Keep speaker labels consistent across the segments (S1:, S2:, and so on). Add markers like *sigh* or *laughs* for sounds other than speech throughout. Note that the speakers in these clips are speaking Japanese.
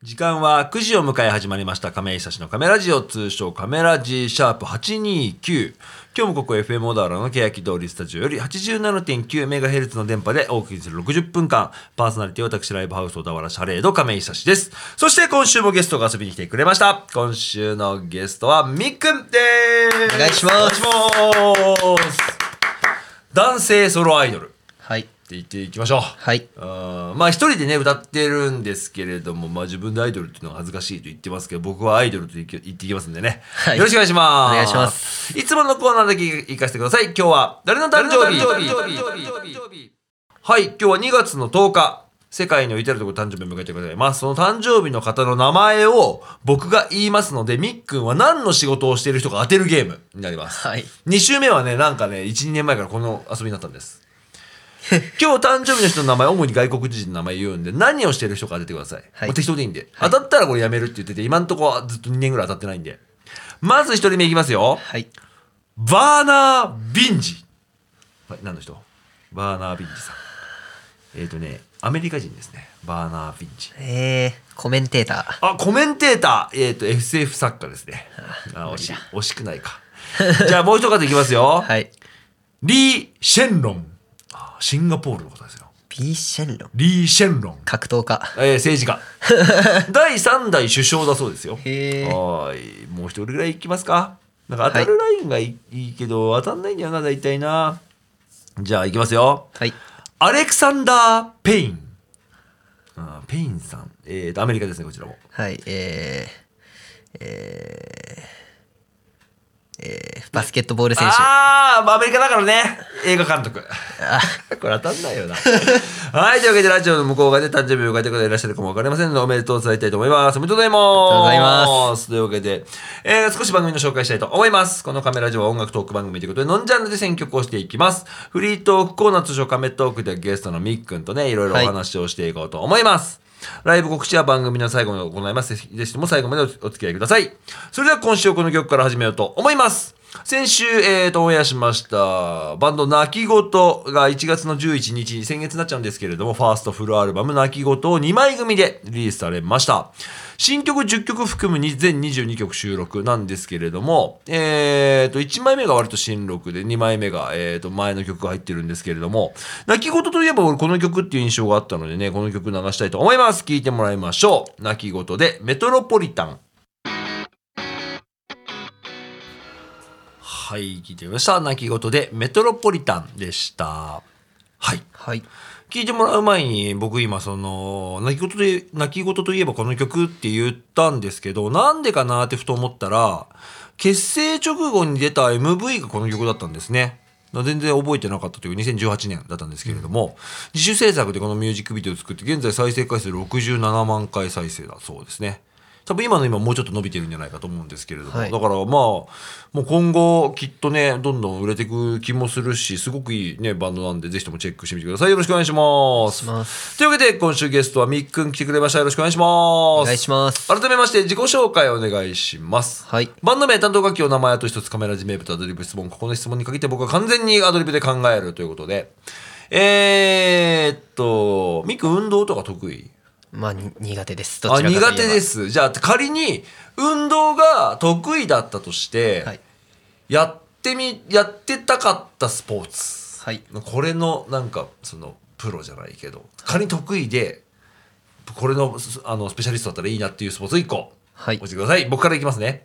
S1: 時間は9時を迎え始まりました亀井久志のカメラジオ通称カメラジシャープ829今日もここ FM 小田原の欅通りスタジオより 87.9MHz の電波でお送りする60分間パーソナリティは私ライブハウス小田原シャレード亀井久志ですそして今週もゲストが遊びに来てくれました今週のゲストはみっくんです
S2: お願いします
S1: お願いします男性ソロアイドル
S2: はい
S1: って言っていきましょう
S2: はい
S1: あーまあ一人でね歌ってるんですけれども、まあ、自分でアイドルっていうのは恥ずかしいと言ってますけど僕はアイドルと言って言っていきますんでね、
S2: はい
S1: よろしくお願いします
S2: お願いします
S1: いつものコーナーだけ行かせてください今日は誰の誕生日はい今日は2月の10日世界の至るところ誕生日を迎えてございますその誕生日の方の名前を僕が言いますのでみっくんは何の仕事をしている人か当てるゲームになります
S2: はい
S1: 2週目はねなんかね12年前からこの遊びになったんです今日誕生日の人の名前主に外国人の名前言うんで何をしてる人か当ててください、
S2: はい
S1: もう適当でいいんで、当たったらこれやめるって言ってて今んとこはずっと2年ぐらい当たってないんでまず1人目いきますよ
S2: はい
S1: バーナー・ビンジはい何の人バーナー・ビンジさんえっ、とねアメリカ人ですねバーナー・ビンジ
S2: えー、コメンテータ
S1: あ、コメンテーター、えっ、と、SF 作家ですね。あ、惜しい。惜しくないか。じゃあ、もう一方いきますよ。
S2: ーはい
S1: リー・シェンロン。あシンガポールのことですよ。
S2: ビーシェンロン
S1: リー・シェンロン。
S2: 格闘家
S1: *laughs* えー政治 *laughs* 家。第3代首相だそうですよ。
S2: へー
S1: はーい。もう一人ぐらいいきますか。なんか当たるラインがいい,、い、いけど、当たんないんだよな、大体な。じゃあ、いきますよ。
S2: はい
S1: アレクサンダー・ペイン。あーペインさん。えっ、と、アメリカですね、こちらも。
S2: はいえー、えー、えー、バスケットボール選手
S1: ああ、まあアメリカだからね。映画監督。 *laughs* これ当たんないよな。 *laughs* はい、というわけでラジオの向こう側で誕生日を迎えた方いらっしゃるかもわかりませんので、おめでとうを伝えたいと思います。おめでとうございます。。
S2: ありがとうございます
S1: というわけで、えー少し番組の紹介したいと思います。このカメラジオは音楽トーク番組ということで、ノンジャンルで選曲をしていきます。フリートークコーナー通称カメトークではゲストのみっくんとね、いろいろお話をしていこうと思います。ライブ告知は番組の最後に行います。ぜひぜひとも最後までおお付き合いください。それでは今週この曲から始めようと思います。先週、えー、と、オンエアしました、バンド、泣き言が1月の11日、先月になっちゃうんですけれども、ファーストフルアルバム、泣き言を2枚組でリリースされました。新曲10曲含むに全22曲収録なんですけれども、えー、と、1枚目が割と新録で、2枚目が、えー、と、前の曲が入ってるんですけれども、泣き言といえば俺この曲っていう印象があったのでね、この曲流したいと思います。聴いてもらいましょう。泣き言で、メトロポリタン。はい、聞いてみました。泣き言で、メトロポリタンでした。はい。
S2: はい
S1: 聞いてもらう前に、僕今、その、泣き言で、泣き言といえばこの曲って言ったんですけど、なんでかなってふと思ったら、結成直後に出た MV がこの曲だったんですね。全然覚えてなかったという2018年だったんですけれども、自主制作でこのミュージックビデオを作って、現在再生回数67万回再生だそうですね。多分今の今もうちょっと伸びてるんじゃないかと思うんですけれども、
S2: はい
S1: だからまあもう今後きっとねどんどん売れていく気もするしすごくいい、ね、バンドなんでぜひともチェックしてみてくださいよろしくお願いします
S2: 願いしま
S1: というわけで今週ゲストはみっくん来てくれましたよろしくお願いします
S2: お願いします
S1: 改めまして自己紹介をお願いします
S2: はい
S1: バンド名担当楽器を名前と一つカメラ字名物アドリブ質問ここの質問にかけて僕は完全にアドリブで考えるということでえー、っとみっくん運動とか得意
S2: まあに苦手ですど
S1: あ
S2: ちらかといえば
S1: 苦手ですじゃあ仮に運動が得意だったとして、
S2: はい
S1: やってみやってたかったスポーツ、
S2: はい
S1: これのなんかそのプロじゃないけど仮に得意でこれのすあのスペシャリストだったらいいなっていうスポーツ1個
S2: はい
S1: 教えてください僕からいきますね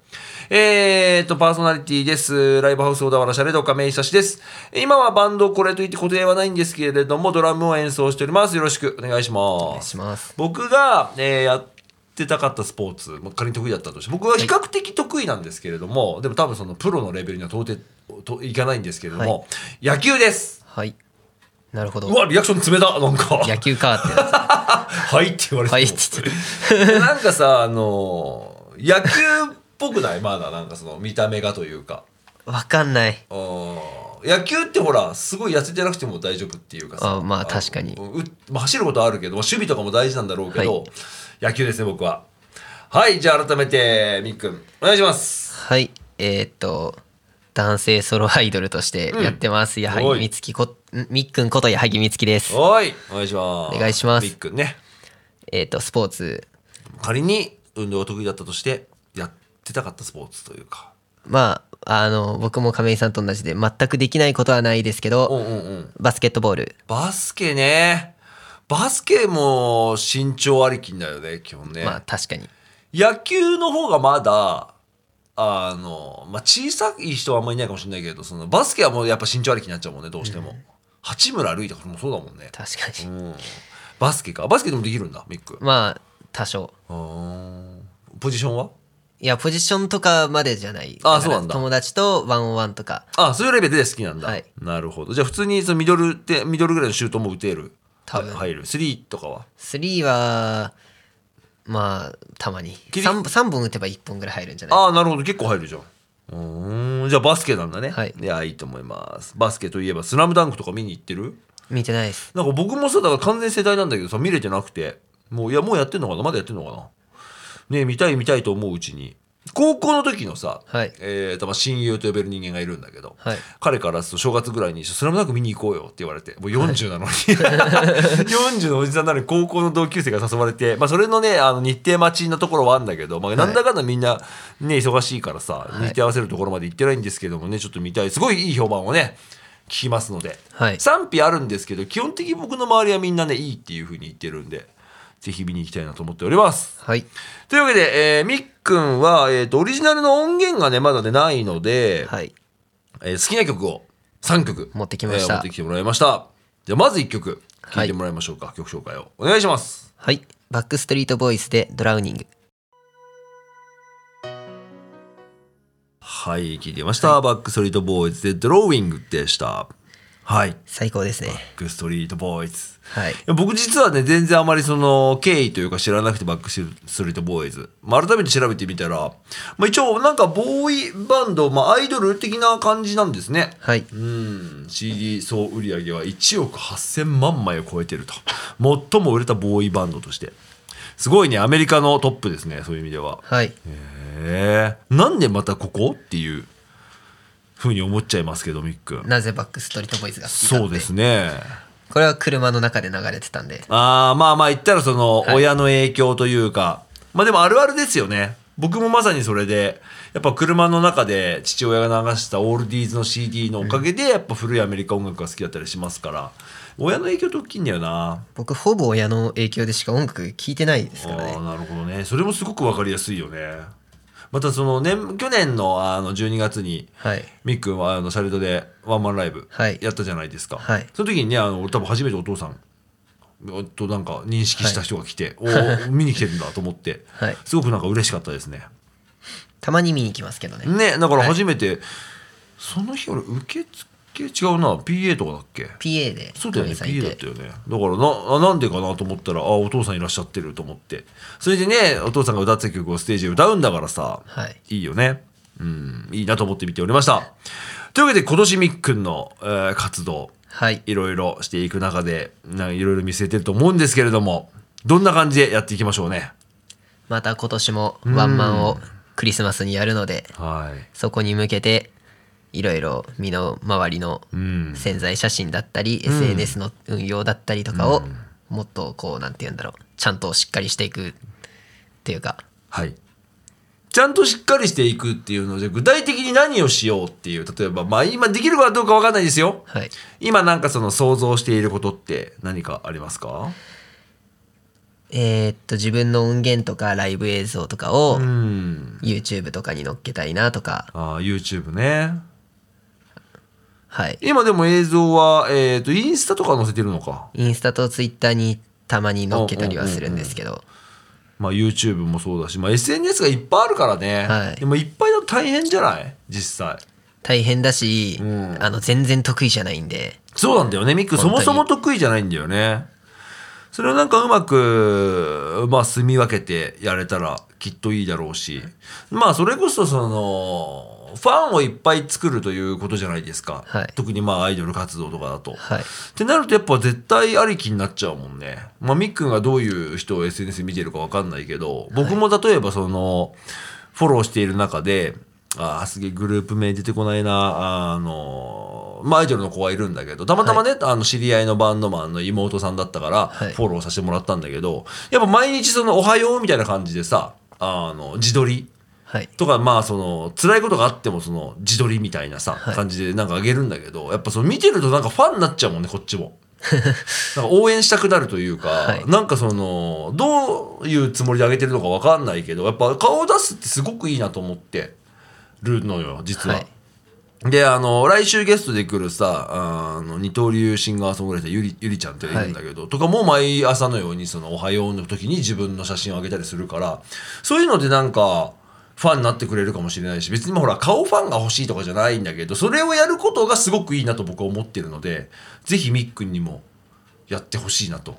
S1: えー、っとパーソナリティですライブハウス小田原シャレド亀井久志です今はバンドこれといって固定はないんですけれどもドラムを演奏しておりますよろしくお願いしますお
S2: 願いします
S1: 僕が、えーやってたかったスポーツまあ仮に得意だったとして僕は比較的得意なんですけれども、でも多分そのプロのレベルには到底といかないんですけれども、野球です
S2: はいなるほど
S1: うわリアクション冷たなんか
S2: 野球かーってやつ
S1: はいって言われても
S2: はいって言ってる
S1: なんかさあのー野球っぽくないまだなんかその見た目がというか
S2: *laughs* わかんない
S1: あー野球ってほらすごい痩せてなくても大丈夫っていうかさ
S2: あまあ
S1: の
S2: 確かに
S1: うまあ、走ることはあるけど守備とかも大事なんだろうけど、
S2: は
S1: 野球ですね僕ははいじゃあ改めてみっくんお願いします
S2: はいえーっと男性ソロアイドルとしてやってます、矢
S1: おい
S2: 作美月こんみっくんこと矢作美月です
S1: おいお願いします
S2: お願いします
S1: みっくんね
S2: えーっとスポーツ
S1: 仮に運動が得意だったとしてやってたかったスポーツというか
S2: まああの僕も亀井さんと同じで全くできないことはないですけ
S1: うん
S2: ど
S1: うんうん
S2: バスケットボール
S1: バスケねバスケも身長ありきんだよね基本ね、
S2: まあ確かに
S1: 野球の方がまだあの、まあ、小さい人はあんまりいないかもしれないけどそのバスケはもうやっぱ身長ありきになっちゃうもんねどうしても、八村塁とかもそうだもんね、
S2: 確かに
S1: うん、バスケかバスケでもできるんだミック
S2: まあ多少
S1: あーポジションはい
S2: やポジションとかまでじゃない
S1: あ
S2: だから
S1: そうなんだ
S2: 友達とワンオンワンとか
S1: あそういうレベルで好きなんだ、
S2: はい
S1: なるほどじゃあ普通にそのミドルってミドルぐらいのシュートも打てる
S2: 多分
S1: 入るスリーとかは
S2: 3はまあたまに
S1: ギリ
S2: 3, 三本打てば1本ぐらい入るんじゃない
S1: ああなるほど結構入るじゃんうーんじゃあバスケなんだね、
S2: はい
S1: いやいいと思いますバスケといえば「スラムダンクとか見に行ってる
S2: 見てないです
S1: なんか僕もさだから完全世代なんだけどさ見れてなくてもういやもうやってんのかなまだやってんのかなねえ見たい見たいと思ううちに高校の時のさ、
S2: はい
S1: えーとまあ、親友と呼べる人間がいるんだけど、
S2: はい
S1: 彼からすると正月ぐらいに「スラムダンク見に行こうよ」って言われてもう40なのに、40のおじさんなのに高校の同級生が誘われて、まあ、それのねあの日程待ちのところはあるんだけど、まあ、なんだかんだみんな、ね、忙しいからさ、日
S2: い
S1: 程合わせるところまで行ってないんですけどもねちょっと見たいすごいいい評判をね聞きますので、
S2: はい
S1: 賛否あるんですけど基本的に僕の周りはみんなねいいっていうふうに言ってるんでぜひ見に行きたいなと思っております。
S2: はい
S1: というわけで、えーみっくんは、えー、とオリジナルの音源がねまだねないので、
S2: はい
S1: えー好きな曲を3曲
S2: 持ってきました
S1: えー持ってきてもらいましたじゃあまず1曲聴
S2: は
S1: い
S2: い
S1: てもらいましょうか、曲紹介をお願いします
S2: はいバックストリートボーイスでドラウニング
S1: はい聴いてました、バックストリートボーイズで「ドローイング」でしたはいバッ
S2: 最高ですね
S1: クストリートボーイズ
S2: はい
S1: いや僕実はね全然あまりその経緯というか知らなくてバックストリートボーイズ、まあ、改めて調べてみたら、まあ、一応なんかボーイバンド、まあ、アイドル的な感じなんですね
S2: はい
S1: うん CD 総売上は1億8000万枚を超えてると最も売れたボーイバンドとしてすごいねアメリカのトップですねそういう意味では
S2: はい
S1: へえなんでまたここっていうふうに思っちゃいますけどミック
S2: なぜバックストリートボーイズが好きかって
S1: そうですね
S2: これは車の中で流れてたんで
S1: ああまあまあ言ったらその
S2: い
S1: 親の影響というか、まあでもあるあるですよね僕もまさにそれでやっぱ車の中で父親が流したオールディーズの CD のおかげでやっぱ古いアメリカ音楽が好きだったりしますから親の影響って大きいんだよな
S2: 僕ほぼ親の影響でしか音楽聴いてないですから
S1: あー
S2: ね
S1: なるほどねそれもすごく分かりやすいよねまたその年去年のあの12月に
S2: はい
S1: みっくんはあのシャレドでワンマンライブ
S2: はい
S1: やったじゃないですか、
S2: はい
S1: その時にねあの俺多分初めてお父さんえっとなんか認識した人が来て、おお見に来てるんだと思って、
S2: はい
S1: すごくなんか嬉しかったですね
S2: たまに見に行きますけどね
S1: ねだから初めて、その日俺受付違うな PA とかだっけ
S2: PA で
S1: そうだよね、
S2: 亀井さんい
S1: PA だってたよね。だからな、あなんでかなと思ったら、あ、お父さんいらっしゃってると思って。それでね、お父さんが歌ってた曲をステージで歌うんだからさ、
S2: はい
S1: いよね。うん、いいなと思って見ておりました。というわけで、今年みっくんの、えー活動、
S2: はい
S1: いろいろしていく中で、なんいろいろ見据えてると思うんですけれども、どんな感じでやっていきましょうね。
S2: また今年もワンマンをクリスマスにやるので
S1: はい。
S2: そこに向けていろいろ身の回りの
S1: うん。
S2: 潜在写真だったり、SNS の運用だったりとかをもっとこうなんて言うんだろうちゃんとしっかりしていくっていうか
S1: はい。ちゃんとしっかりしていくっていうので、具体的に何をしようっていう、例えば、まあ今できるかどうかわかんないですよ。
S2: はい
S1: 今なんかその想像していることって何かありますか
S2: えーっと自分の音源とかライブ映像とかを
S1: うん。
S2: YouTube とかに載っけたいなとか
S1: ああ、YouTube ね。
S2: はい
S1: 今でも映像は、えっ、と、インスタとか載せてるのか。
S2: インスタと Twitter にたまに載っけたりはするんですけど
S1: まあ YouTube もそうだし、まあ SNS がいっぱいあるからね。
S2: はい
S1: でもいっぱいだと大変じゃない実際。
S2: 大変だし
S1: うん
S2: あの全然得意じゃないんで
S1: そうなんだよね。ミック、そ
S2: 本当
S1: も
S2: に
S1: そも得意じゃないんだよね。それをなんかうまく、まあ、住み分けてやれたらきっといいだろうし、まあ、それこそ、その、ファンをいっぱい作るということじゃないですか。
S2: はい
S1: 特にまあ、アイドル活動とかだと。
S2: はい
S1: ってなるとやっぱ絶対ありきになっちゃうもんね。まあみっくんがどういう人を SNS 見てるかわかんないけど、僕も例えばその、フォローしている中で、ああ、すげえグループ名出てこないな、あーあのまあ、アイドルの子はいるんだけどたまたまね、あの知り合いのバンドマンの妹さんだったから
S2: はい
S1: フォローさせてもらったんだけど、やっぱ毎日その「おはよう」みたいな感じでさあの自撮り
S2: はい
S1: とかまあその辛いことがあってもその自撮りみたいなさ、
S2: はい
S1: 感じでなんかあげるんだけどやっぱその見てるとなんかファンになっちゃうもんねこっちも。なんか応援したくなるというか、
S2: はい
S1: なんかそのどういうつもりであげてるのかわかんないけどやっぱ顔を出すってすごくいいなと思ってるのよ実は。
S2: はい
S1: であの来週ゲストで来るさあの二刀流シンガーソングライターゆりゆりちゃんっているんだけど、とかもう毎朝のように「そのおはよう」の時に自分の写真をあげたりするからそういうのでなんかファンになってくれるかもしれないし別にほら顔ファンが欲しいとかじゃないんだけどそれをやることがすごくいいなと僕は思ってるのでぜひみっくんにもやってほしいなと。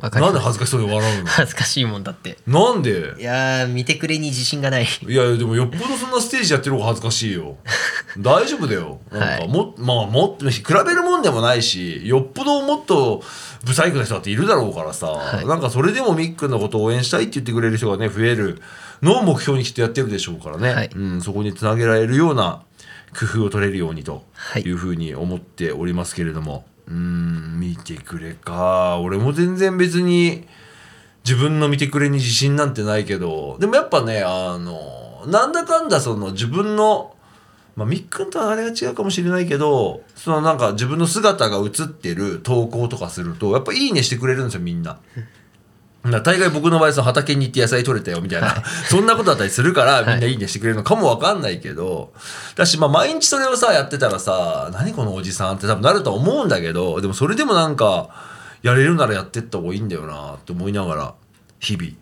S2: わかり
S1: なん
S2: ま
S1: で
S2: し
S1: 恥
S2: た
S1: ずかしそうに笑う
S2: 恥ずかしいもんだって
S1: のなんで
S2: いやー見てくれに自信がない
S1: いやいやでもよっぽどそんなステージやってる方が恥ずかしい
S2: *laughs*
S1: よ大丈夫だよなんか
S2: はい
S1: も、まあもっと比べるもんでもないしよっぽどもっとブサイクな人だっているだろうからさ、
S2: はい
S1: なんかそれでもみっくんのことを応援したいって言ってくれる人がね増えるのを目標にきっとやってるでしょうからね、
S2: はい
S1: うん、そこにつなげられるような工夫を取れるようにと
S2: はい
S1: いうふうに思っておりますけれども、うーん見てくれか俺も全然別に自分の見てくれに自信なんてないけどでもやっぱねあのなんだかんだその自分のまあ、みっくんとはあれが違うかもしれないけどそのなんか自分の姿が映ってる投稿とかするとやっぱ「いいね」してくれるんですよみんな。な大概僕の場合その畑に行って野菜取れたよみたいな、 *laughs* そんなことだったりするからみんないいねしてくれるのかもわかんないけど、だしまあ毎日それをさやってたらさ何このおじさんって多分なるとは思うんだけどでもそれでもなんかやれるならやってった方がいいんだよなって思いながら日々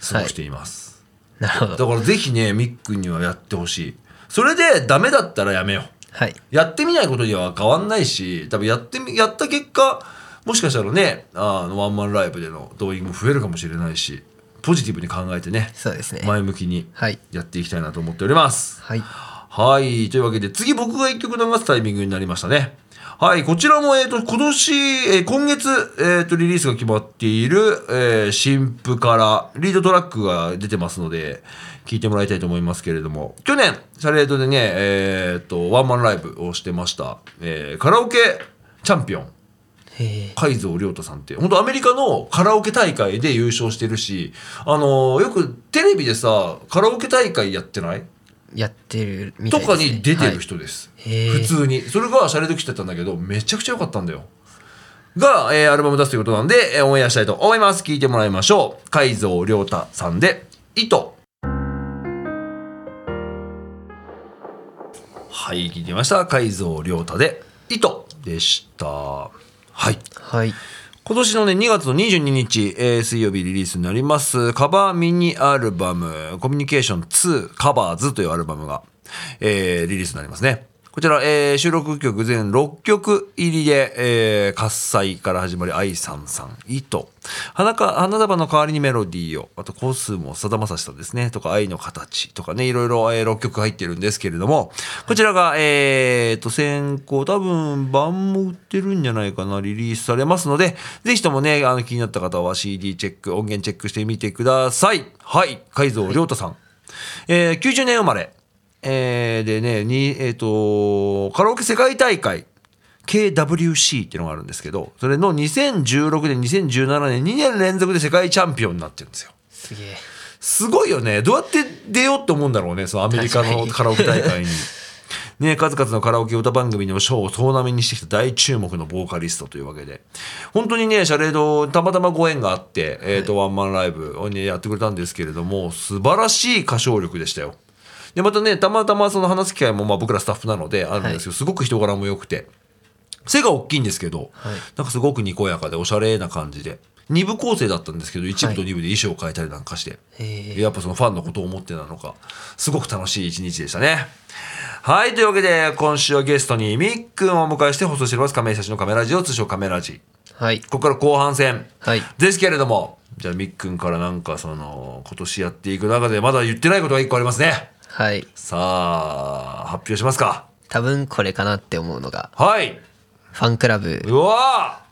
S1: 過ごしています。
S2: *laughs* なるほど
S1: だからぜひねみっくんにはやってほしいそれでダメだったらやめよ
S2: はい、
S1: うやってみないことには変わんないし多分やってみやった結果もしかしたらねあのワンマンライブでの動員も増えるかもしれないしポジティブに考えてね
S2: そうですね
S1: 前向きに
S2: はい
S1: やっていきたいなと思っております
S2: はい
S1: はい。というわけで、次僕が一曲流すタイミングになりましたね。はい。こちらも、えっ、と、今年、えー今月、えっ、と、リリースが決まっている、えー新譜から、リードトラックが出てますので、聞いてもらいたいと思いますけれども、去年、シャレードでね、えっ、と、ワンマンライブをしてました。えーカラオケチャンピオン。
S2: へえ
S1: 海蔵亮太さんって本当アメリカのカラオケ大会で優勝してるしあのーよくテレビでさカラオケ大会やってない
S2: やってるみた
S1: と
S2: いです、
S1: か
S2: ね、
S1: に出てる
S2: はい
S1: 人です、
S2: へー
S1: 普通にそれがシャレで来てたんだけどめちゃくちゃ良かったんだよが、えーアルバム出すということなんで、えーオンエアしたいと思います聞いてもらいましょう海蔵亮太さんで「糸」はい聞いてみました海蔵亮太で「糸」でしたはい
S2: はい
S1: 今年のね、2月の22日、えー水曜日リリースになります、カバーミニアルバム、コミュニケーション2カバーズというアルバムが、えーリリースになりますね。こちら、えー収録曲全6曲入りで、えー喝采から始まり、愛さんさん、糸、花か、花束の代わりにメロディーを、あと、コースもさだまさしさんですね、とか、愛の形とかね、いろいろ、え6曲入ってるんですけれども、こちらが、えー、と、先行、多分、版も売ってるんじゃないかな、リリースされますので、ぜひともね、あの、気になった方は CD チェック、音源チェックしてみてください。はい、海蔵亮太さん。えー90年生まれ。えーでね、に、えっ、と、カラオケ世界大会。KWC っていうのがあるんですけど、それの2016年、2017年、2年連続で世界チャンピオンになってるんですよ。
S2: すげえ
S1: すごいよね。どうやって出ようって思うんだろうね。そのアメリカ
S2: 確
S1: の
S2: かに
S1: カラオケ大
S2: *laughs*
S1: 会に。ね、数々のカラオケ歌番組にも賞を総なめにしてきた大注目のボーカリストというわけで本当にねシャレードたまたまご縁があって、えー、とワンマンライブを、ね、やってくれたんですけれども素晴らしい歌唱力でしたよ。でまたねたまたまその話す機会もまあ僕らスタッフなのであるんですけど、すごく人柄も良くて背が大きいんですけど、
S2: はい
S1: なんかすごくにこやかでおしゃれな感じで2部構成だったんですけど1部と2部で衣装を変えたりなんかして。
S2: へえ
S1: やっぱそのファンのことを思ってなのか、すごく楽しい一日でしたね。はい、というわけで、今週はゲストにみっくんをお迎えして放送しております、亀井写真のカメラジオ、通称カメラジ。
S2: はい
S1: ここから後半戦
S2: はい
S1: ですけれども、じゃあみっくんからなんかその、今年やっていく中でまだ言ってないことが一個ありますね。
S2: はい
S1: さあ、発表しますか。
S2: 多分これかなって思うのが
S1: はい。
S2: ファンクラブ
S1: うわー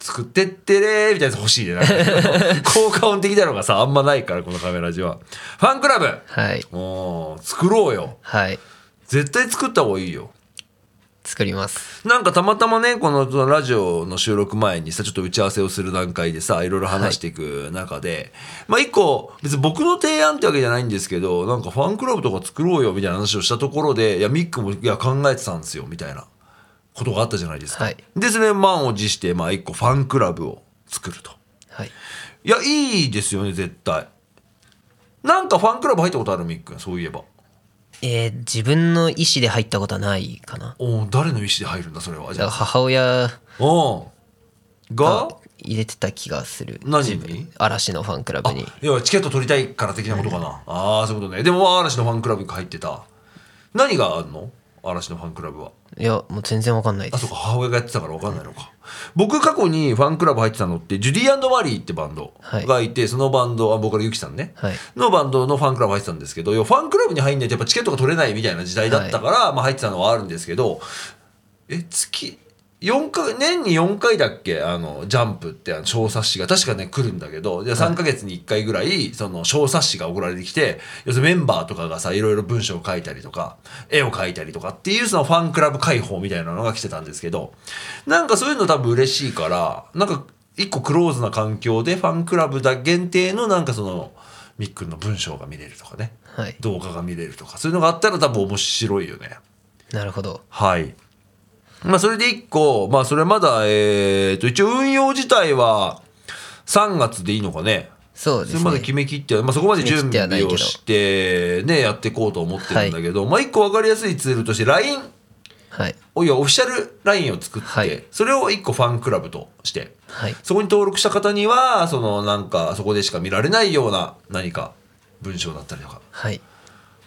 S1: 作ってってれーみたいなやつ欲しいね。なんか効果音的なのがさ、あんまないから、このカメラジは。ファンクラブ
S2: はい
S1: おー作ろうよ
S2: はい
S1: 絶対作った方がいいよ
S2: 作ります。
S1: なんかたまたまねこのそのラジオの収録前にさちょっと打ち合わせをする段階でさいろいろ話していく中で、まあ一個別に僕の提案ってわけじゃないんですけどなんかファンクラブとか作ろうよみたいな話をしたところでいやミックもいや考えてたんですよみたいなことがあったじゃないですか。
S2: はい
S1: でそれ満を持してまあ一個ファンクラブを作ると。
S2: はい。
S1: いやいいですよね絶対。なんかファンクラブ入ったことあるミックそういえば。
S2: えー自分の意思で入ったことはないかな。
S1: おー誰の意思で入るんだそれは
S2: だ
S1: じゃ
S2: から
S1: あ。
S2: 母親
S1: おーが
S2: が入れてた気がする。
S1: 何
S2: 自
S1: に
S2: 分嵐のファンクラブに。
S1: 要はチケット取りたいから的なことかな、ああそういうことねでも嵐のファンクラブに入ってた何があるの嵐のファンクラブはい
S2: や、もう全然わかんないで
S1: あそ
S2: す
S1: う。か母親がやってたから分かんないのか僕過去にファンクラブ入ってたのってジュディマリーってバンド
S2: はい
S1: がいて、そのバンドあ僕からユキさんね、
S2: はい
S1: のバンドのファンクラブ入ってたんですけど要はファンクラブに入んないとやっぱチケットが取れないみたいな時代だったから、まあ、入ってたのはあるんですけどえ月4回年に4回だっけあのジャンプってあの小冊子が確かね来るんだけどで3か月に1回ぐらいその小冊子が送られてきて要するにメンバーとかがさいろいろ文章を書いたりとか絵を描いたりとかっていうそのファンクラブ開放みたいなのが来てたんですけどなんかそういうの多分嬉しいからなんか一個クローズな環境でファンクラブだ限定のなんかそのみっくんの文章が見れるとかね
S2: はい。
S1: 動画が見れるとかそういうのがあったら多分面白いよね。
S2: なるほど。
S1: はい。まあ、それで一個、まあ、それまだ、えー、と、一応運用自体は、3月でいいのかね。
S2: そ
S1: そ
S2: うで
S1: れ
S2: す
S1: まで
S2: ね
S1: 決。め切っては、まあ、そこまで準備
S2: 決め切ってはないけ
S1: を
S2: ど
S1: して、ね、やっていこうと思ってるんだけど、まあ、一個分かりやすいツールとして、LINE、
S2: はい。
S1: おいはオフィシャル LINE を作って、
S2: はい
S1: それを一個ファンクラブとして、
S2: はい。
S1: そこに登録した方には、その、なんか、そこでしか見られないような、何か、文章だったりとか、
S2: はい。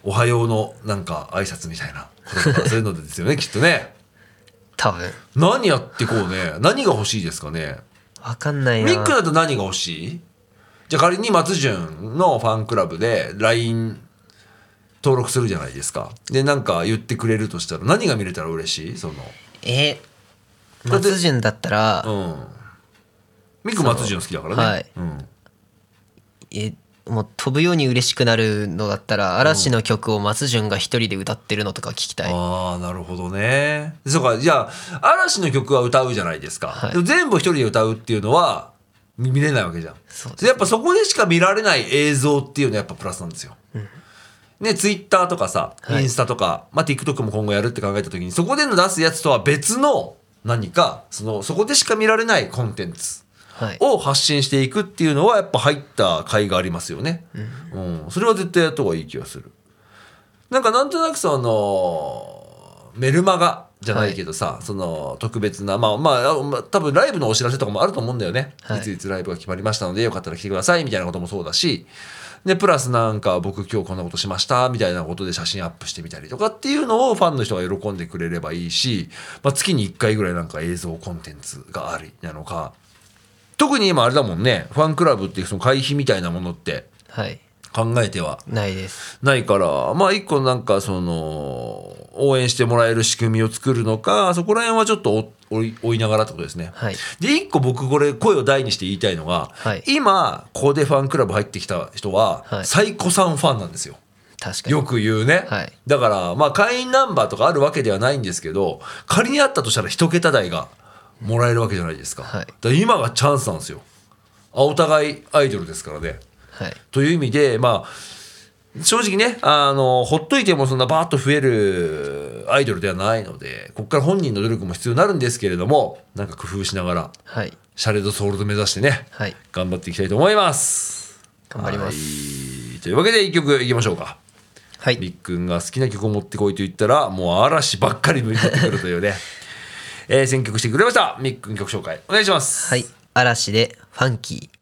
S1: おはようの、なんか、挨拶みたいなこととか、そういうのですよね、 *laughs* きっとね。
S2: 多分。
S1: 何やってこうね何が欲しいですかね
S2: わかんない
S1: ミ
S2: な。
S1: ックだと何が欲しいじゃあ仮に松潤のファンクラブで LINE 登録するじゃないですかでなんか言ってくれるとしたら何が見れたら嬉しいその
S2: えー、
S1: だって
S2: 松潤だったら、
S1: うんミック松潤好きだからね
S2: はい
S1: うん、
S2: えもう飛ぶように嬉しくなるのだったら嵐の曲を松潤が一人で歌ってるのとか聞きたい、
S1: ああなるほどねそうかじゃあ嵐の曲は歌うじゃないですか、
S2: はい
S1: でも全部一人で歌うっていうのは見見れないわけじゃん
S2: そうです
S1: やっぱそこでしか見られない映像っていうのはやっぱプラスなんですよ。ね、ツイッターとかさ、
S2: はい
S1: インスタとか、まあ、TikTok も今後やるって考えた時にそこでの出すやつとは別の何かそのそこでしか見られないコンテンツ
S2: はい、
S1: を発信していくっていうのはやっぱ入った甲斐がありますよね。うんそれは絶対やった方がいい気がする。なんかなんとなくそのメルマガじゃないけどさ、その特別なまあまああまあ多分ライブのお知らせとかもあると思うんだよね、
S2: はい
S1: い、ついつライブが決まりましたのでよかったら来てくださいみたいなこともそうだしでプラスなんか僕今日こんなことしましたみたいなことで写真アップしてみたりとかっていうのをファンの人が喜んでくれればいいし、まあ、月に1回ぐらいなんか映像コンテンツがありなのか特に今あれだもんねファンクラブっていうその会費みたいなものって
S2: はい、
S1: 考えては
S2: ないです
S1: ないからまあ一個なんかその応援してもらえる仕組みを作るのかそこら辺はちょっと追い追いながらってことですね。
S2: はい
S1: で一個僕これ声を大にして言いたいのが、
S2: はい
S1: 今ここでファンクラブ入ってきた人は、
S2: はい
S1: サイコさんファンなんですよ。
S2: 確かに
S1: よく言うね、
S2: はい
S1: だからまあ会員ナンバーとかあるわけではないんですけど仮にあったとしたら一桁台がもらえるわけじゃないですか,、
S2: は
S1: だ
S2: い
S1: から今がチャンスなんですよあお互いアイドルですからね
S2: はい
S1: という意味でまあ正直ねあのほっといてもそんなバーッと増えるアイドルではないのでここから本人の努力も必要になるんですけれどもなんか工夫しながら
S2: はい
S1: シャレとソールド目指してね、
S2: はい
S1: 頑張っていきたいと思います
S2: 頑張ります
S1: はいというわけで一曲いきましょうか
S2: はい、
S1: みっくんが好きな曲を持ってこいと言ったらもう嵐ばっかり向いてくるという
S2: *laughs*
S1: ね、えー選曲してくれましたみっくん曲紹介お願いします
S2: はい、嵐でファンキー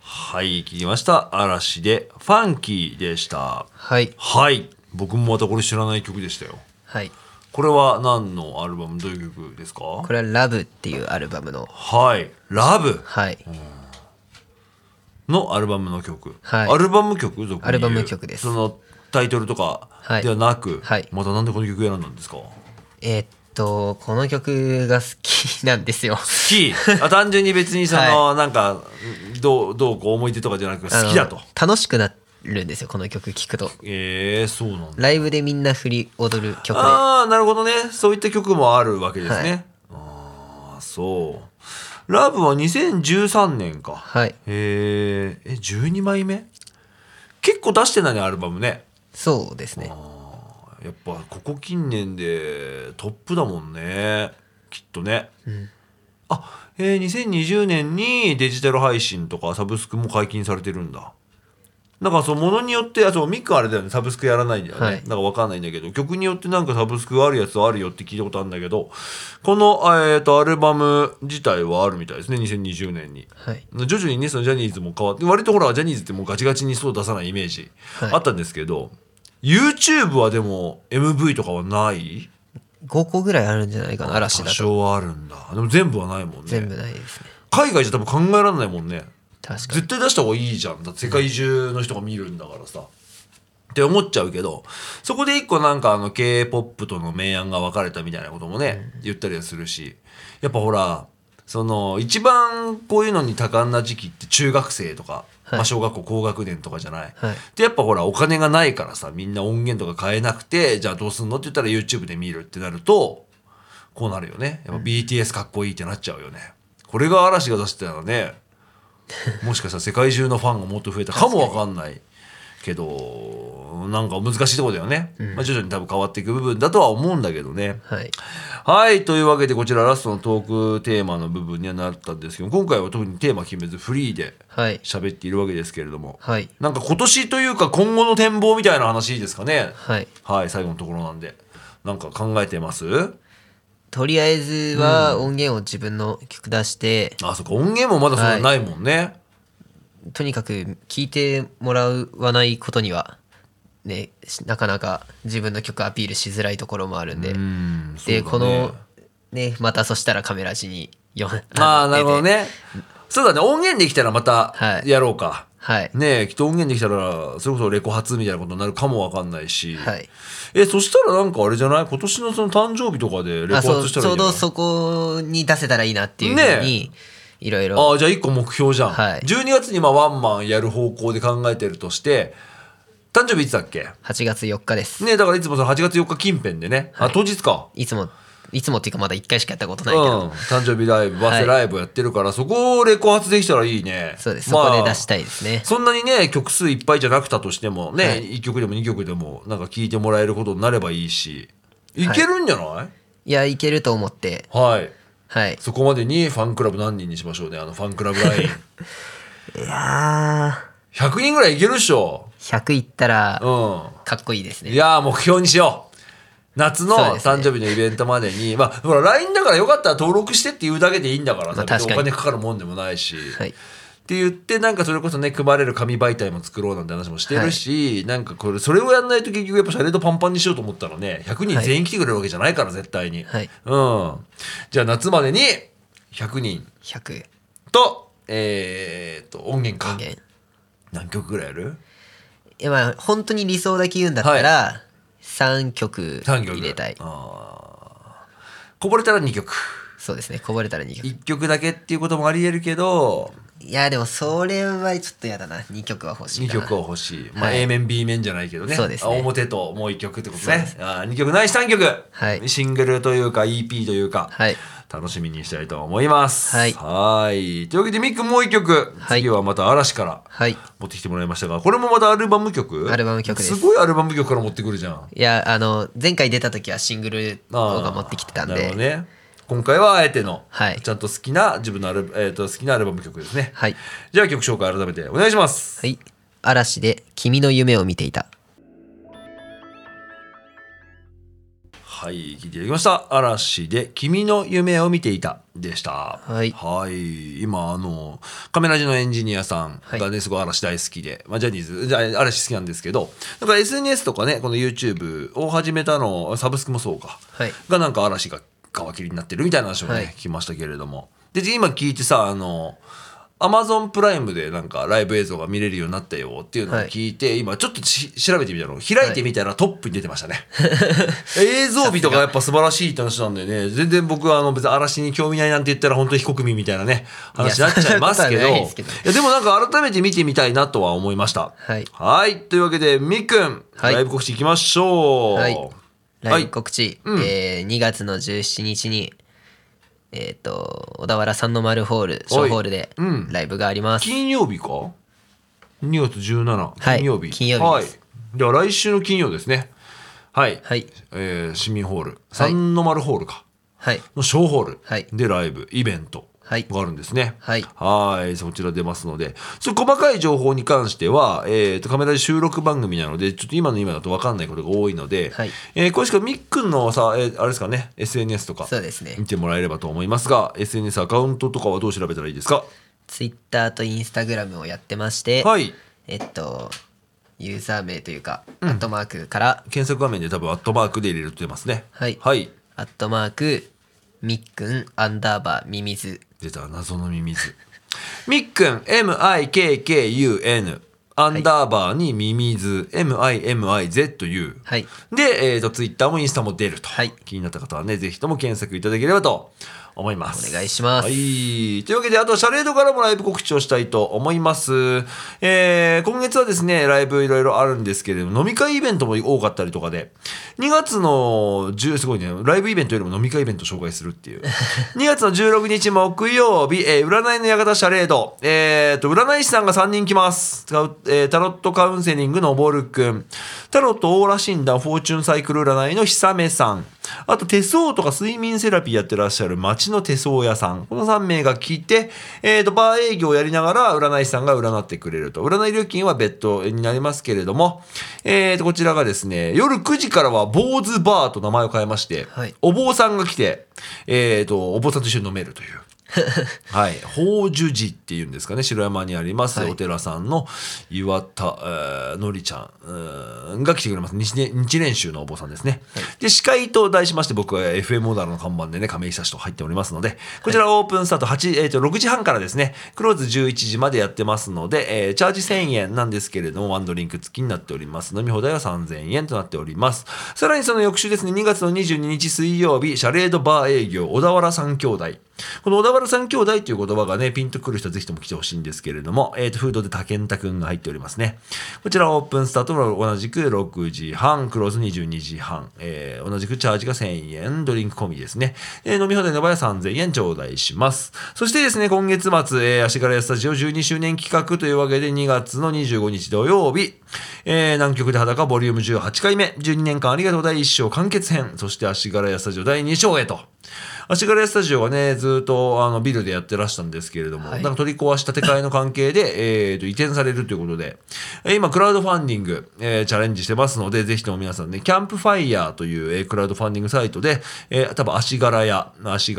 S1: はい聞きました嵐で「ファンキー」でした
S2: はい
S1: はい僕もまたこれ知らない曲でしたよ
S2: はい
S1: これは何のアルバムどういう曲ですか
S2: これは「ラブっていうアルバムの
S1: はい「ラブ
S2: はい
S1: のアルバムの曲、
S2: はい
S1: アルバム曲俗に言う
S2: アルバム曲です
S1: そのタイトルとか
S2: はい
S1: ではなく、
S2: はい
S1: またなんでこの曲選んだんですか好
S2: えーっとこの曲が好きなんですよ
S1: きあ単 *laughs* 純に別にその、なんかどうどうこう思い出とかじゃなく好きだと
S2: あの楽しくなるんですよこの曲聴くと
S1: えー、そうなんだ。
S2: ライブでみんな振り踊る曲で
S1: ああ、なるほどね。そういった曲もあるわけですね。ああ、そう。ラブは2013年か。
S2: はい
S1: へえ、え、12枚目結構出してないね、アルバムね。
S2: そうですね
S1: やっぱここ近年でトップだもんねきっとね、あえー、2020年にデジタル配信とかサブスクも解禁されてるんだなんかそのものによってあそうミックあれだよねサブスクやらないんだよね、
S2: はい
S1: なんかわかんないんだけど曲によってなんかサブスクあるやつあるよって聞いたことあるんだけどこの、えー、とアルバム自体はあるみたいですね2020年に
S2: はい
S1: 徐々にねそのジャニーズも変わって割とほらジャニーズってもうガチガチにそう出さないイメージ
S2: はい
S1: あったんですけど、YouTube はでも MV とかはない
S2: 5個ぐらいあるんじゃないかな嵐
S1: 多
S2: だと
S1: 少はあるんだでも全部はないもんね
S2: 全部ないですね
S1: 海外じゃ多分考えられないもんね
S2: 確かに
S1: 絶対出した方がいいじゃんだって世界中の人が見るんだからさって思っちゃうけどそこで一個なんかあの k p o p との明暗が分かれたみたいなこともね、言ったりはするしやっぱほらその一番こういうのに多感な時期って中学生とか、
S2: はい
S1: まあ、小学校高学年とかじゃない、
S2: はい
S1: でやっぱほらお金がないからさみんな音源とか買えなくてじゃあどうすんのって言ったら YouTube で見るってなるとこうなるよねやっぱ BTS かっこいいってなっちゃうよね、これが嵐が出してたらねもしかしたら世界中のファンがもっと増えたかもわかんないけどなんか難しいとこだよね、まあ、徐々に多分変わっていく部分だとは思うんだけどね。
S2: はい
S1: はいというわけでこちらラストのトークテーマの部分にはなったんですけど今回は特にテーマ決めずフリーで
S2: はい
S1: 喋っているわけですけれども、
S2: はい
S1: なんか今年というか今後の展望みたいな話ですかね
S2: はい
S1: はい最後のところなんでなんか考えてます
S2: とりあえずは音源を自分の曲出して、
S1: あそっか音源もまだそんなないもんね、
S2: とにかく聴いてもらわないことにはねしなかなか自分の曲アピールしづらいところもあるんで、
S1: うんそうだ
S2: で、
S1: ね
S2: このねまたそしたらカメラ字によ
S1: ああ
S2: の
S1: なるほど
S2: 出て
S1: ねそうだね音源できたらまた
S2: はい
S1: やろうか、
S2: はい、
S1: ねえきっと音源できたらそれこそレコ発みたいなことになるかもわかんないし、
S2: はい、
S1: えそしたらなんかあれじゃない今年のその誕生日とかでレコ
S2: あそ
S1: 発
S2: う
S1: し
S2: ち
S1: たらい
S2: ょ
S1: いん
S2: う
S1: じゃな
S2: ど
S1: い
S2: そこに出せたらいいなっていうふうにいろいろ
S1: ああじゃあ1個目標じゃん、
S2: はい
S1: 12月にまあワンマンやる方向で考えてるとして誕生日いつだっけ
S2: 8月4日です、
S1: ねえだからいつもその8月4日近辺でね、あ当日か
S2: いつもいつもっていうかまだ1回しかやったことないけど、
S1: うん、誕生日ライブバ
S2: は
S1: ス
S2: い
S1: ライブやってるから、そこをレコ発できたらいいね
S2: そうです、
S1: まあ
S2: そこで出したいですね
S1: そんなにね曲数いっぱいじゃなくたとしてもね、
S2: はい
S1: 1曲でも2曲でもなんか聴いてもらえることになればいいしいけるんじゃないはい、
S2: いやいけると思ってはい
S1: そこまでにファンクラブ何人にしましょうねあのファンクラブ
S2: *laughs*
S1: ライン
S2: いや
S1: 100人ぐらいいけるっしょ
S2: ー100いったら
S1: うん
S2: かっこいいです
S1: い
S2: ね
S1: やー目標にしよう夏の
S2: そうですね
S1: 誕生日のイベントまでに、まあほら LINE だからよかったら登録してって言うだけでいいんだからさ、
S2: まあ確かに
S1: 別にお金かかるもんでもないし、
S2: はい
S1: って言ってなんかそれこそね配れる紙媒体も作ろうなんて話もしてるし、なんかこれそれをやんないと結局やっぱシャレードパンパンにしようと思ったらね100人全員来てくれるわけじゃないから絶対に、
S2: はい
S1: うんじゃあ夏までに100人
S2: 100
S1: とえー、っと音源か
S2: 音源
S1: 何曲ぐらいやる
S2: いやまあ本当に理想だけ言うんだったら3曲
S1: 3曲
S2: 入れたい
S1: あーこぼれたら2曲
S2: そうですねこぼれたら2曲
S1: 1曲だけっていうこともありえるけど
S2: いやでもそれはちょっとやだな2曲は欲しい
S1: 2
S2: かな
S1: 曲は欲しい、まあ
S2: はい
S1: A 面 B 面じゃないけどね
S2: そうですね
S1: あ表ともう1曲ってこと
S2: そう
S1: ね
S2: です
S1: あ2曲ないし3曲、
S2: はい
S1: シングルというか EP というか、
S2: はい
S1: 楽しみにしたいと思います
S2: はい
S1: いというわけでみっくんもう1曲、
S2: はい
S1: 次はまた嵐から
S2: はい
S1: 持ってきてもらいましたがこれもまたアルバム曲
S2: アルバム曲です
S1: すごいアルバム曲から持ってくるじゃん
S2: いやあの前回出た時はシングル
S1: あ
S2: 動画持ってきてたん
S1: なるほ
S2: で、
S1: どね今回はあえての、
S2: はい
S1: ちゃんと好きな自分のアル、えー、と好きなアルバム曲ですね、
S2: はい
S1: じゃあ曲紹介改めてお願いします
S2: はい嵐で「君の夢を見ていた
S1: はい、聞いていただきました。嵐で君の夢を見ていたでした。
S2: はい
S1: はい今、あの、カメラジのエンジニアさんがね、すごい嵐大好きで、まあ、ジャニーズ、じゃあ嵐好きなんですけど、なんか SNS とかね、この YouTube を始めたの、サブスクもそうか、
S2: はい
S1: がなんか嵐が皮切りになってるみたいな話もね、
S2: はい
S1: 聞きましたけれども。で、今聞いてさ、あの、アマゾンプライムでなんかライブ映像が見れるようになったよっていうのを聞いて、今ちょっとし調べてみたの開いてみたらトップに出てましたね、映像美とかやっぱ素晴らしいって話なんでね全然僕はあの別に嵐に興味ないなんて言ったら本当に非国民みたいなね話になっちゃいますけど
S2: いやそんなことはないいですけど
S1: やでもなんか改めて見てみたいなとは思いました
S2: はい
S1: はいというわけでみっくん、
S2: はい
S1: ライブ告知いきましょう
S2: はいライブ告知、
S1: うん
S2: えー2月の17日に、えっ、と、小田原三の丸ホール、小ホールで
S1: うん
S2: ライブがあります。
S1: 金曜日か2月17
S2: はい
S1: 金曜日、
S2: 金曜日です
S1: はい、では来週の金曜ですねはい、
S2: はい。
S1: えー市民ホール三の丸ホールか
S2: はい。
S1: の小ホール
S2: はい
S1: でライブ、イベント
S2: はい
S1: があるんですね
S2: はい
S1: はいそちら出ますのでそれ細かい情報に関しては、えー、とカメラで収録番組なのでちょっと今の今だと分かんないことが多いので、
S2: はい
S1: えー詳しくはみっくんのさ、えーあれですかね SNS とか
S2: そうですね
S1: 見。てもらえればと思いますが SNS アカウントとかはどう調べたらいいですか
S2: ツイッターとインスタグラムをやってまして、
S1: はい
S2: えっと、ユーザー名というか、アットマークから、
S1: 検索画面で多分アットマークで入れると出ますね
S2: はい
S1: はい、
S2: アットマーク、みっくん、アンダーバー、ミミズ。
S1: 出た謎のミミズみっくん MIKKUN アンダーバーにミミズ、MIMIZU
S2: はい。
S1: で、えー、とツイッターもインスタも出ると、
S2: はい
S1: 気になった方はねぜひとも検索いただければと思います
S2: お願いします
S1: はいというわけであとシャレードからもライブ告知をしたいと思います、えー今月はですねライブいろいろあるんですけれども飲み会イベントも多かったりとかで2月の10すごいねライブイベントよりも飲み会イベントを紹介するっ
S2: *laughs*
S1: ていう2月の16日木曜日、えー占いの館シャレード、えー、と占い師さんが3人来ますタロ,、えータロットカウンセリングのぼるくんタロットオーラ診断フォーチュンサイクル占いの久めさんあと手相とか睡眠セラピーやってらっしゃる町の手相屋さんこの3名が来て、えー、とバー営業をやりながら占い師さんが占ってくれると占い料金は別途になりますけれども、えー、とこちらがですね夜9時からは坊主バーと名前を変えまして、
S2: はい
S1: お坊さんが来て、えー、とお坊さんと一緒に飲めるという。はい、宝珠寺っていうんですかね城山にあります、
S2: はい
S1: お寺さんの岩田、えーのりちゃんうーんが来てくれます日ね日蓮宗のお坊さんですね、で司会と題しまして僕は FM オーダーの看板でね亀井久志と入っておりますのでこちらオープンスタート8、えー、と6時半からですねクローズ11時までやってますので、えーチャージ1000円なんですけれどもワンドリンク付きになっております飲み放題は3000円となっておりますさらにその翌週ですね2月の22日水曜日シャレードバー営業小田原三兄弟この小田原三兄弟という言葉がね、ピンとくる人はぜひとも来てほしいんですけれども、えっ、と、フードで竹健太くんが入っておりますね。こちらオープンスタートも同じく6時半、クローズ22時半、えー同じくチャージが1000円、ドリンク込みですね。えー飲み放題の場合は3000円頂戴します。そしてですね、今月末、えー、足柄屋スタジオ12周年企画というわけで、2月の25日土曜日、えー南極で裸ボリューム18回目、12年間ありがとう第1章完結編、そして足柄屋スタジオ第2章へと。足柄屋スタジオはねずっとあのビルでやってらしたんですけれども、
S2: はい
S1: なんか取り壊し建て替えの関係で、えー、と移転されるということでえー今クラウドファンディング、えーチャレンジしてますのでぜひとも皆さんねキャンプファイヤーという、えークラウドファンディングサイトで、えー多分足柄屋足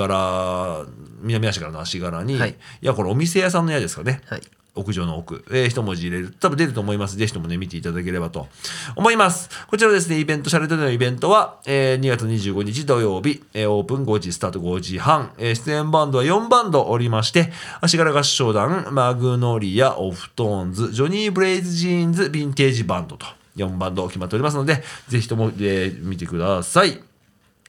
S1: 柄南足柄の足柄に、
S2: はいい、
S1: やこれお店屋さんの屋ですかね、
S2: はい。
S1: 屋上の奥、えー一文字入れる多分出ると思いますぜひともね見ていただければと思いますこちらですねイベントシャレトでのイベントは、えー2月25日土曜日、えーオープン5時スタート5時半、えー出演バンドは4バンドおりまして足柄合唱団マグノリアオフトーンズジョニー・ブレイズ・ジーンズヴィンテージバンドと4バンド決まっておりますのでぜひとも、えー見てください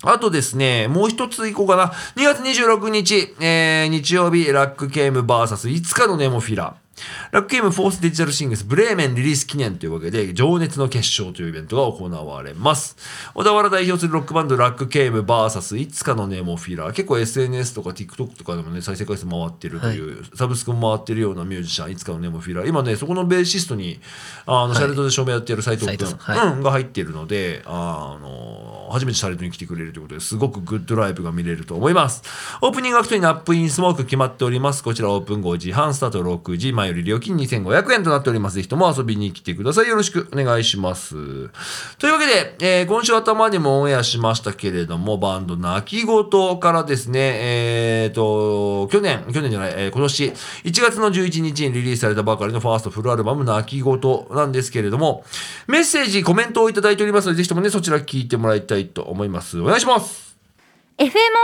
S1: あとですね、もう一ついこうかな。2月26日、えー日曜日、ラックゲーム VS いつかのネモフィラ。ラックゲームフォースデジタルシングスブレーメンリリース記念というわけで、情熱の結晶というイベントが行われます。小田原代表するロックバンドラックゲーム VS いつかのネモフィラ。結構 SNS とか TikTok とかでもね、再生回数回ってるという、サブスクも回ってるようなミュージシャン、いつかのネモフィラ。今ね、そこのベーシストに、あの、シャレットで照明やってる斎藤
S2: 斉
S1: 君、
S2: 藤さんはい
S1: うんが入っているので、あの、初めてシャレットに来てくれるということですごくグッドライブが見れると思います。オープニングアクトにナップインスモーク決まっております。こちらオープン5時半、スタート6時、前より料金2500円となっております。ぜひとも遊びに来てください。よろしくお願いします。というわけで、えー今週頭にもオンエアしましたけれども、バンド泣き言からですね、えっ、と、去年、去年じゃない、えー今年1月の11日にリリースされたばかりのファーストフルアルバム泣き言なんですけれども、メッセージ、コメントをいただいておりますので、ぜひともね、そちら聞いてもらいたいと思います。お願いします。
S3: FM 小田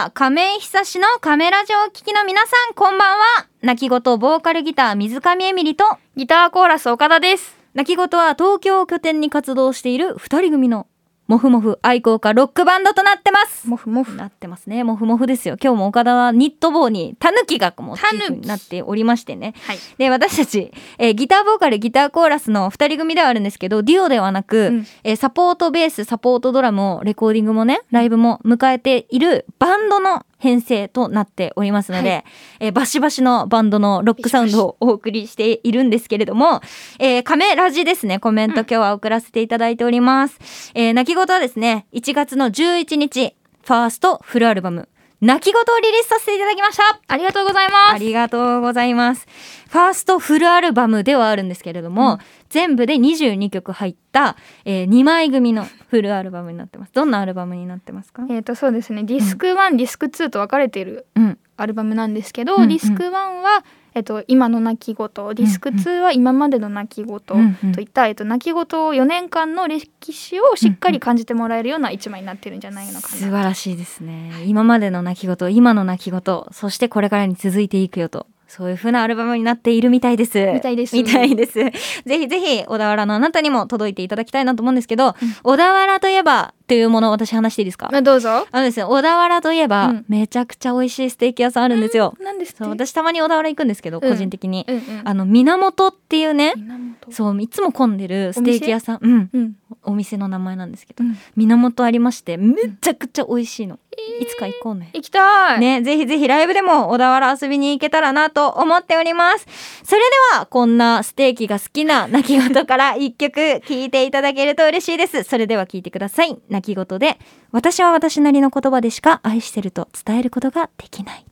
S3: 原亀井久志のカメラジオをお聞きの皆さんこんばんは泣き言ボーカルギター水上エミリと
S4: ギターコーラス岡田です
S3: 泣き言は東京を拠点に活動している二人組のモフモフ愛好家ロックバンドとなってます
S4: モフモフ
S3: なってますねモフモフですよ今日も岡田はニット帽にタヌキがもうチーフになっておりましてね
S4: はい
S3: で私たち、えーギターボーカルギターコーラスの2人組ではあるんですけどデュオではなく、
S4: うん
S3: えーサポートベースサポートドラムをレコーディングもねライブも迎えているバンドの編成となっておりますので、
S4: は
S3: えーバシバシのバンドのロックサウンドをお送りしているんですけれども、えー、カメラジですねコメント今日は送らせていただいております、えー泣き言はですね1月の11日ファーストフルアルバム泣き言をリリースさせていただきました
S4: ありがとうございます
S3: ありがとうございます。ファーストフルアルバムではあるんですけれども、全部で22曲入った、え2枚組のフルアルバムになってます。どんなアルバムになってますか？
S4: えっとそうですねディスク1、ディスク2と分かれている
S3: うん、
S4: アルバムなんですけど、
S3: うんうん
S4: ディスク1は、えっと今の泣き言ディスク2は今までの泣き言と
S3: うんうん
S4: いった、えっと泣き言4年間の歴史をしっかり感じてもらえるような一枚になってるんじゃないのか
S3: 素
S4: な、
S3: 晴らしいですね。今までの泣き言、今の泣き言、そしてこれからに続いていくよと。そういう風なアルバムになっているみたいです。
S4: みたいです
S3: みたいです。 *laughs* ぜひぜひ、小田原のあなたにも届いていただきたいなと思うんですけど、小田原といえば、というものを私話していいですか
S4: まあどうぞ
S3: あのですね、小田原といえば、
S4: うん
S3: めちゃくちゃ美味しいステーキ屋さんあるんですよ。
S4: なんですって
S3: そう私たまに小田原行くんですけど、
S4: うん
S3: 個人的に、
S4: うんうん
S3: あの源っていうね、
S4: 源
S3: そういつも混んでるステーキ屋さんお店,、うん、
S4: うん
S3: お店の名前なんですけど、
S4: うん
S3: 源ありましてめちゃくちゃ美味しいの、いつか行こうね。
S4: 行きたい、
S3: ね、ぜひぜひライブでも小田原遊びに行けたらなと思っております。それでは、こんなステーキが好きな泣き言から一曲聞いていただけると嬉しいです。それでは聞いてください。泣き言で、私は私なりの言葉でしか愛してると伝えることができない。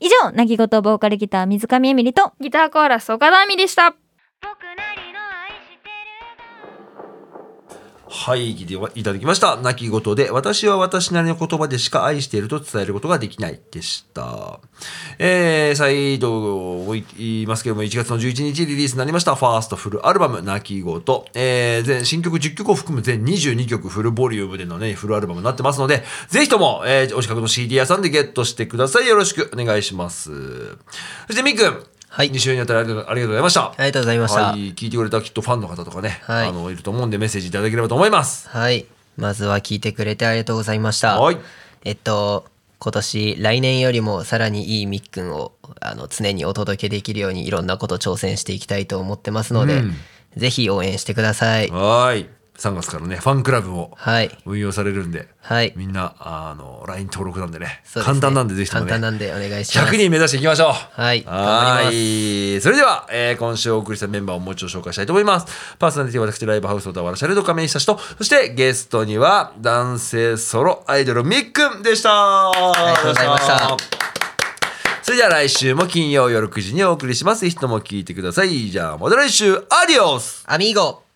S3: 以上、泣き言ボーカルギター水上エミリと、
S4: ギターコーラス岡田亜美でした
S1: はい、聞いていただきました。泣き言で、私は私なりの言葉でしか愛していると伝えることができないでした。えー、再度言いますけども、1月の11日リリースになりました、ファーストフルアルバム、泣き言。えー、全新曲10曲を含む全22曲フルボリュームでのね、フルアルバムになってますので、ぜひとも、えー、お近くの CD 屋さんでゲットしてください。よろしくお願いします。そして、みっくん。
S2: はい
S1: 2週にわたりありがとうありがとうございました。
S2: ありがとうございました
S1: はい、聞いてくれたきっとファンの方とかね、
S2: はい
S1: あのいると思うんでメッセージいただければと思います。
S2: はいまずは聞いてくれてありがとうございました
S1: はい
S2: えっと今年来年よりもさらにいいみっくんをあの常にお届けできるようにいろんなこと挑戦していきたいと思ってますの
S1: う
S2: で、
S1: ん
S2: ぜひ応援してください
S1: はーい。3月からね、ファンクラブも
S2: はい
S1: 運用されるんで、
S2: はい
S1: みんな、あの、LINE 登録なんでね、
S2: そうですね
S1: 簡単なんでぜひともね、
S2: 簡単なんでお願いします
S1: 100人目指していきましょう。
S2: はい頑
S1: は
S2: 張
S1: ーい。それでは、えー今週お送りしたメンバーをもう一度紹介したいと思います。パーソナリティは私、ライブハウス小田原シャレド亀井久志と、そしてゲストには男性ソロアイドルみっくんでした。あ
S2: りがとうございました
S1: それでは来週も金曜夜9時にお送りします。ぜひとも聞いてください。じゃあ、また来週、アディオス
S2: アミーゴ